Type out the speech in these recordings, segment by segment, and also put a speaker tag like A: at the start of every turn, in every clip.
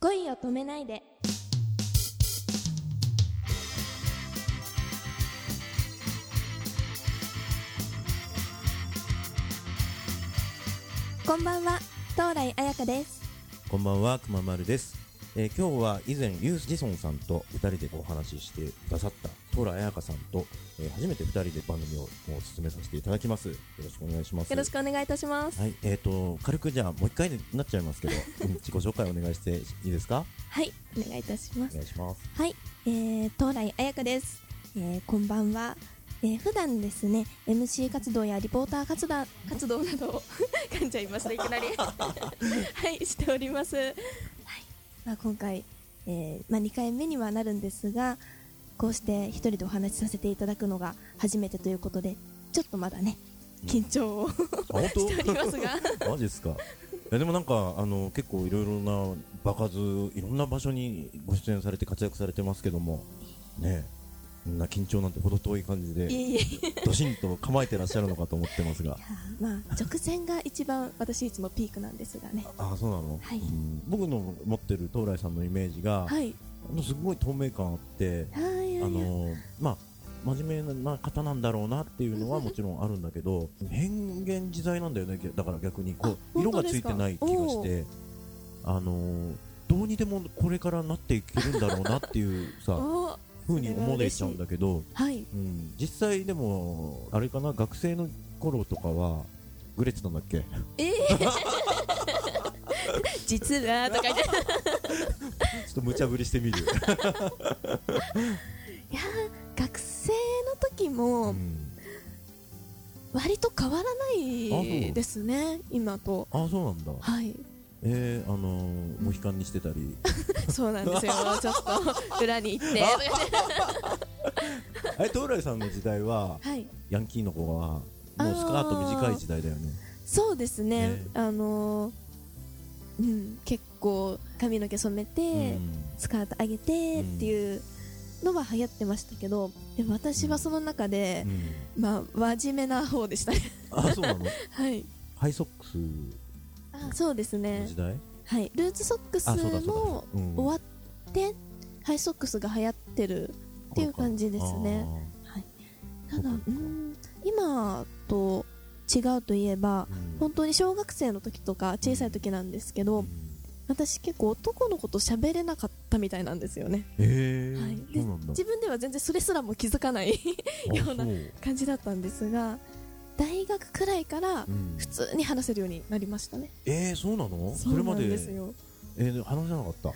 A: 恋を止めないでこんばんは東来彩香です
B: こんばんは、くままるです。えー今日は以前、ユース・ジソンさんと2人でお話ししてくださった、トラ彩香さんと、えー初めて2人で番組をもう進めさせていただきます。よろしくお願いします。
A: よろしくお願いいたします
B: はい、えっ、と、軽くじゃあ、もう一回になっちゃいますけど、うん自己紹介お願いしていいですか
A: はいお願いいたしま
B: お
A: す
B: 願いします。
A: はい、えー、東来彩香です、えー、こんばんは、えー、普段ですね MC 活動やリポーター活動活動などを 噛んじゃいましたいきなりはいしておりますはい、まあ、今回、えーまあ、2回目にはなるんですがこうして一人でお話しさせていただくのが初めてということでちょっとまだね緊張を
B: 本当
A: しておりますが
B: マジですか。いやでもなんかあの結構いろいろな場数いろんな場所にご出演されて活躍されてますけどもねえそんな緊張なんて程遠い感じ で
A: いえいえ
B: ドシンと構えてらっしゃるのかと思ってますが
A: いやーまあ直前が一番私いつもピークなんですがね
B: ああそうなの、
A: はい
B: うん僕の持ってる東来さんのイメージが、
A: はい
B: あのすごい透明感あって
A: あーいやいや
B: あのーまあ真面目な方なんだろうなっていうのはもちろんあるんだけど変幻自在なんだよねだから逆にこ
A: あ
B: う
A: 本当
B: 色が
A: で
B: つ
A: す
B: い
A: か
B: てない気がしてあのーどうにでもこれからなっていけるんだろうなっていう さ
A: お
B: 風に思えちゃうんだけど、
A: はい
B: うん、実際でもあれかな学生の頃とかはグレてたんだっけ
A: ええ 実はとか言って
B: ちょっと無茶ぶりし てみる、
A: いやー学生の時
B: う
A: も
B: ん、
A: 割と変わらな
B: あそ
A: いうですね今と
B: ああそうなんだ
A: はい
B: えー、あのー、モヒカンにしてたり
A: そうなん ですよちょっと裏に行って
B: あえ東来さんの時代は
A: はい
B: ヤンキーの子はもうスカート短い時代だよね
A: そうですね
B: ね
A: あのーうん結構髪の毛染めて、
B: うん
A: スカート上げてっていうのは流行ってましたけどでも私はその中で
B: う、ん、
A: まあ真面目な方でしたね
B: あそ うなの
A: はい
B: ハイソックス
A: あそうです
B: の
A: ね
B: 時代、
A: はい、ルーツソックス
B: あそうだそう
A: も
B: だ、うん、
A: 終わって、ハイソックスが流行ってるっていう感じですね。ただ、
B: そううかそうか
A: ん、今と違うといえば
B: あ、ーうん
A: 本当に小学生の時とか小さい時なんですけど、
B: うん
A: 私結構男の子と喋れなかったみたいなんですよね。
B: えー
A: はいで
B: そうなんだ
A: 自分では全然それすらも気づかない ような
B: あそ
A: 感じだったんですが、大学くらいから
B: うん
A: 普通に話せるようになりましたね。
B: えー、そうなの
A: そう
B: れ
A: な
B: ま
A: ん
B: で
A: ですよ。
B: えー、話せなかった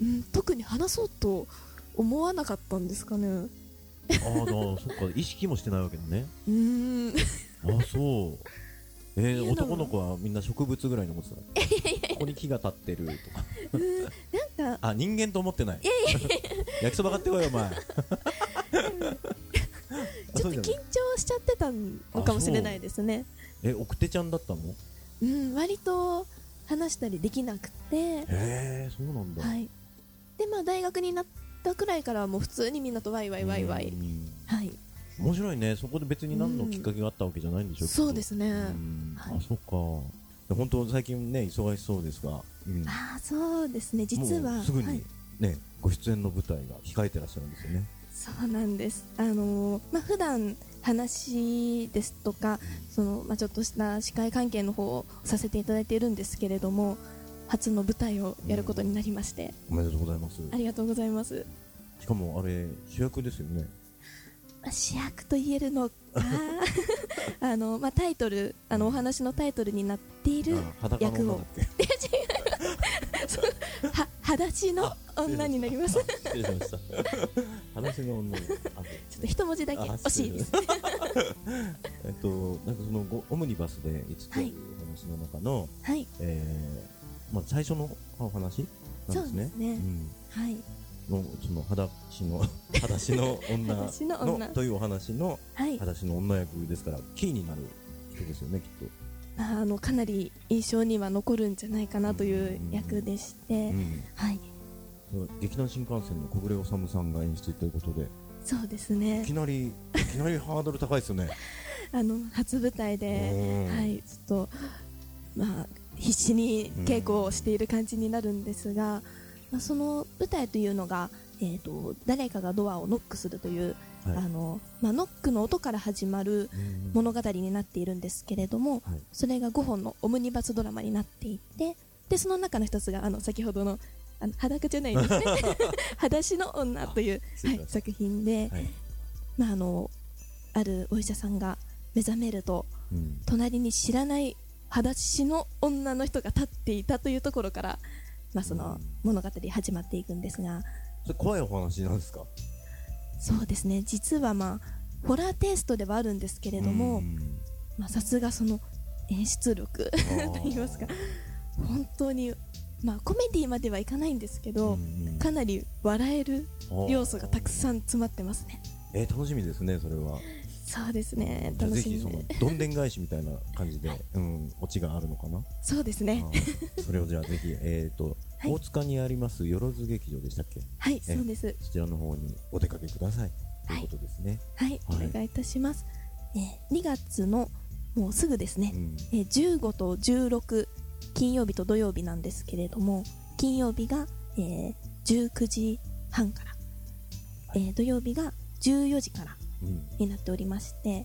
A: うん、特に話そうと思わなかったんですかね。
B: ああそっか意識もしてないわけだね
A: うーん
B: あそうえ
A: い
B: ー、
A: やでも
B: 男の子はみんな植物ぐらいに思ってたのここに木が立ってるとか
A: なんか
B: あ人間と思ってない焼きそば買ってこいよお前
A: ちょっと緊張しちゃってたのかもしれないですね
B: え奥手ちゃんだったの
A: うん割と話したりできなくて
B: へえそうなんだ
A: はいでまあ大学になったくらいからはもう普通にみんなとワイワイワイワイ
B: うん
A: はい
B: 面白いねそこで別に何のきっかけがあったわけじゃないんでしょ
A: そうですすねはい
B: あそっか本当最近ね忙しそうですがうん
A: ああそうですね実
B: もう
A: は
B: すぐ
A: は
B: に
A: い、
B: ねご出演の舞台が控えてらっしゃるんですよね
A: そうなんですあのーまあ普段話ですとかその、まあ、ちょっとした司会関係の方をさせていただいているんですけれども初の舞台をやることになりまして、
B: おめでとうございます
A: ありがとうございます
B: しかもあれ主役ですよね
A: まあ主役と言えるの かあの、まあ、タイトルあのお話のタイトルになっている
B: あ裸の女だっけ
A: は裸足の女になりますちょ
B: 失礼しました。話の女の子。あ
A: っと一文字だけ
B: あ
A: 惜しいです
B: 失礼しましたえっと、なんかそのごオムニバスで5つ
A: は
B: と
A: い
B: いうお話の中の、
A: はい
B: えーまあ、最初のお話なんですね。
A: そうですはい
B: うん、のその裸 足の裸足の女
A: 裸足の女
B: というお話の
A: はい
B: 裸足の女役ですからキーになる人ですよねきっと、
A: まああのかなり印象には残るんじゃないかなという
B: うん
A: 役でし
B: う
A: て
B: ん、
A: はい
B: その劇団新幹線の小暮治さんが演出ということで
A: そうです
B: い
A: ね
B: きなりいきなりハードル高いですよね、
A: あの初舞台で
B: うん
A: はいちょっとまあ必死に稽古をしている感じになるんですがまあ、その舞台というのが、えー、と誰かがドアをノックするという、
B: はい
A: あのまあ、ノックの音から始まる
B: うん
A: 物語になっているんですけれども、
B: はい
A: それが5本のオムニバスドラマになっていてでその中の一つがあの先ほどの「あの裸じゃないです ね裸足の女」という、
B: 失
A: は
B: 礼く
A: い
B: だ、さ
A: 作品で、
B: はい
A: まあ、あのあるお医者さんが目覚めると
B: うん
A: 隣に知らない裸足の女の人が立っていたというところから、まあ、その物語始まっていくんですが
B: それ怖いお話なんですか
A: そうですね実はまあホラーテイストではあるんですけれども、
B: うん
A: まあ、さすがその演出力
B: あ
A: と
B: ー
A: 言いますか本当に、まあ、コメディまではいかないんですけ
B: う
A: ど、
B: んうん
A: かなり笑える要素がたく
B: ん
A: さん詰まってますね
B: えー楽しみですねそれは
A: そうですね
B: じゃあ
A: 楽
B: ぜ
A: し
B: ひ
A: み
B: その
A: で
B: どんでん返しみたいな感じで、うん、オチがあるのかな
A: そうですね
B: あーそれをじゃあぜひ、えーと
A: はい
B: 大塚にありますよろず劇場でしたっけ
A: はい
B: え
A: そうです
B: そちらの方にお出かけくださいと
A: はいいう
B: ことですね、
A: はいお
B: はい
A: 願いいたします、ね、2月のもうすぐですね
B: う、ん
A: えー15と16金曜日と土曜日なんですけれども金曜日が、えー19時半から、えー土曜日が14時から
B: うん
A: になっておりまして、はい、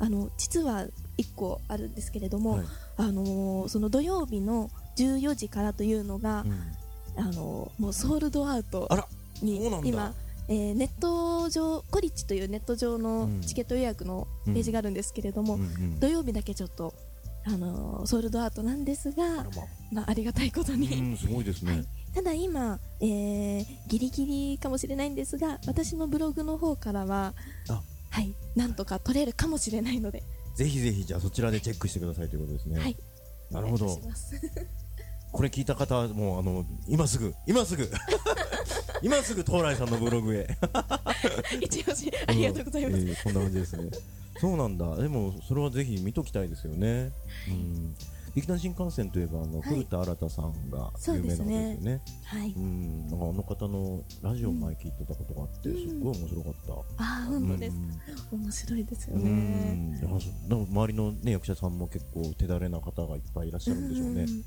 A: あの実は1個あるんですけれども、
B: はい
A: あのーその土曜日の14時からというのが
B: う、ん
A: あのーもうソールドアウト
B: あら
A: に
B: そうなんだ
A: 今、えーネット上コリッチというネット上
B: う
A: の
B: ん
A: チケット予約のページがあるんですけれども、
B: うんうん
A: 土曜日だけちょっと、あのーソールドアウトなんです
B: あ
A: が
B: ら、まあ
A: まあ、ありがたいことに、
B: うんすごいですね、
A: はいただ今、えーギリギリかもしれないんですが私のブログの方からは
B: あ
A: はい、なんとか取れるかもしれないので、
B: ぜひぜひじゃあそちらでチェックしてくださいということですね、
A: はい、
B: なるほ
A: お
B: ど
A: 願いします
B: これ聞いた方はもうあの今すぐ 今すぐ今すぐ東来さんのブログへ
A: 一押しありがとうございます、
B: んえーこんな感じですねそうなんだでもそれはぜひ見ときたいですよね、うん劇団新幹線といえばあの、
A: はい
B: 古田新太さんが
A: そ
B: 有
A: う
B: 名
A: です
B: なんですよ
A: ね
B: ね
A: はい
B: うんなんかあの方のラジオ前聞いてたことがあって、
A: うん
B: すっごい面白かった、
A: ああ本当です、面白いですよね、
B: うんいやそうでも周りの、ね、役者さんも結構手だれな方がいっぱいいらっしゃるんでしょうね、
A: ん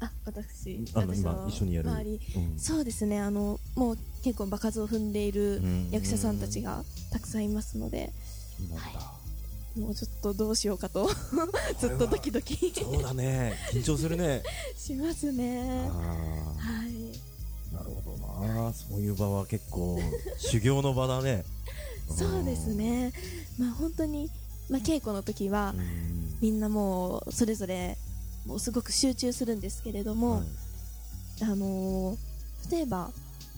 A: あ私
B: あの
A: 私
B: 今一緒にやる
A: 周り
B: うん
A: そうですねあのもう結構場数を踏んでいる
B: うん
A: 役者さんたちがたくさんいますので、
B: そうなんだ、
A: もうちょっとどうしようか とずっとドキドキ
B: そうだね緊張するね
A: します
B: あ
A: ね
B: あ
A: はい
B: なるほどなそういう場は結構修行の場だね
A: そうですねまあ本当にまあ稽古の時は
B: うん
A: みんなもうそれぞれもうすごく集中するんですけれども、
B: はい
A: あのー例えば、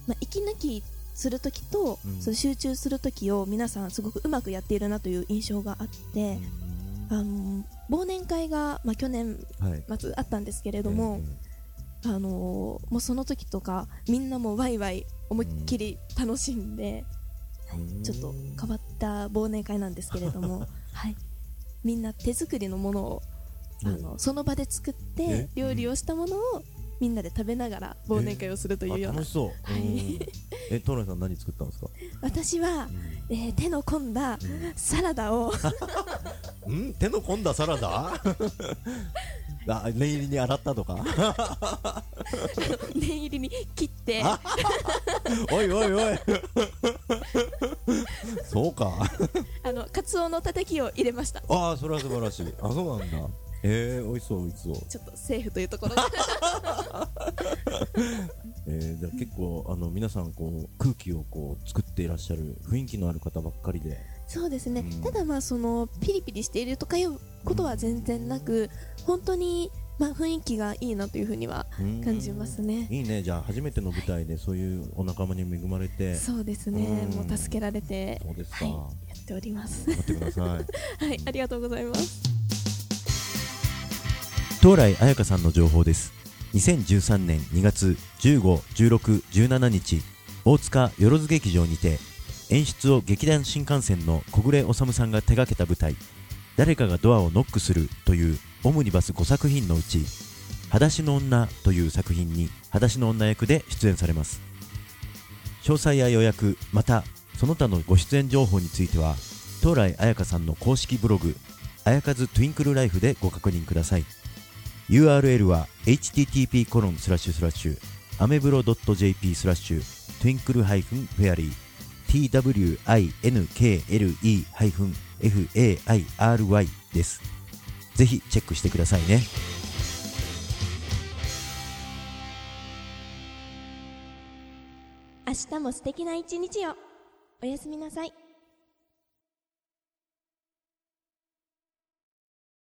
A: まあ、息抜きする時と、
B: うん
A: その集中する時を皆さんすごくうまくやっているなという印象があって、
B: う
A: あのー忘年会が、まあ、去年
B: んはい
A: 末あったんですけれども、あのーもうその時とかみんなもうワイワイ思いっきり楽しんで、
B: うん
A: ちょっと変わった忘年会なんですけれども、 はい、みんな手作りのものをあのその場で作っ
B: え
A: て料理をしたものをみんなで食べながら忘年会をするというよ
B: あ
A: うな
B: 楽しそう、
A: はい
B: うんえトラさん何作ったんですか、
A: 私は、えー手の込んだ
B: うん
A: サラダ を
B: うん、手の込んだサラダ あ念入りに洗ったとか
A: 念入りに切って
B: あおいおい おいそうか
A: あのカツオのたたきを入れました
B: ああそれは素晴らしいあそうなんだえー、美味しそう美味しそう
A: ちょっとセーフというところが
B: えー、じゃあ結構あの皆さんこう空気をこう作っていらっしゃる雰囲気のある方ばっかりで
A: そうですね、
B: うん
A: ただまあそのピリピリしているとかいうことは全然なく本当にまあ雰囲気がいいなというふうには
B: うん
A: 感じますね
B: いいねじゃあ初めての舞台でそういうお仲間に恵まれてそ
A: そうですね、
B: うん
A: もう助けられて、
B: うですか、
A: はい、やっております。
B: 頑張ってください
A: はい、ありがとうございます。
B: 東来彩香さんの情報です2013年2月151617日大塚よろず劇場にて演出を劇団新幹線の小暮治さんが手掛けた舞台「誰かがドアをノックする」というオムニバス5作品のうち「裸足の女」という作品に裸足の女役で出演されます詳細や予約またその他のご出演情報については東来彩香さんの公式ブログ「あやかずトゥインクルライフ」でご確認ください URL は http コロンスラッシュスラッシュアメブロ .jp スラッシュトゥインクルハイフンフェアリー twinkle-fairy ですぜひチェックしてくださいね
A: 明日も素敵な一日をおやすみなさい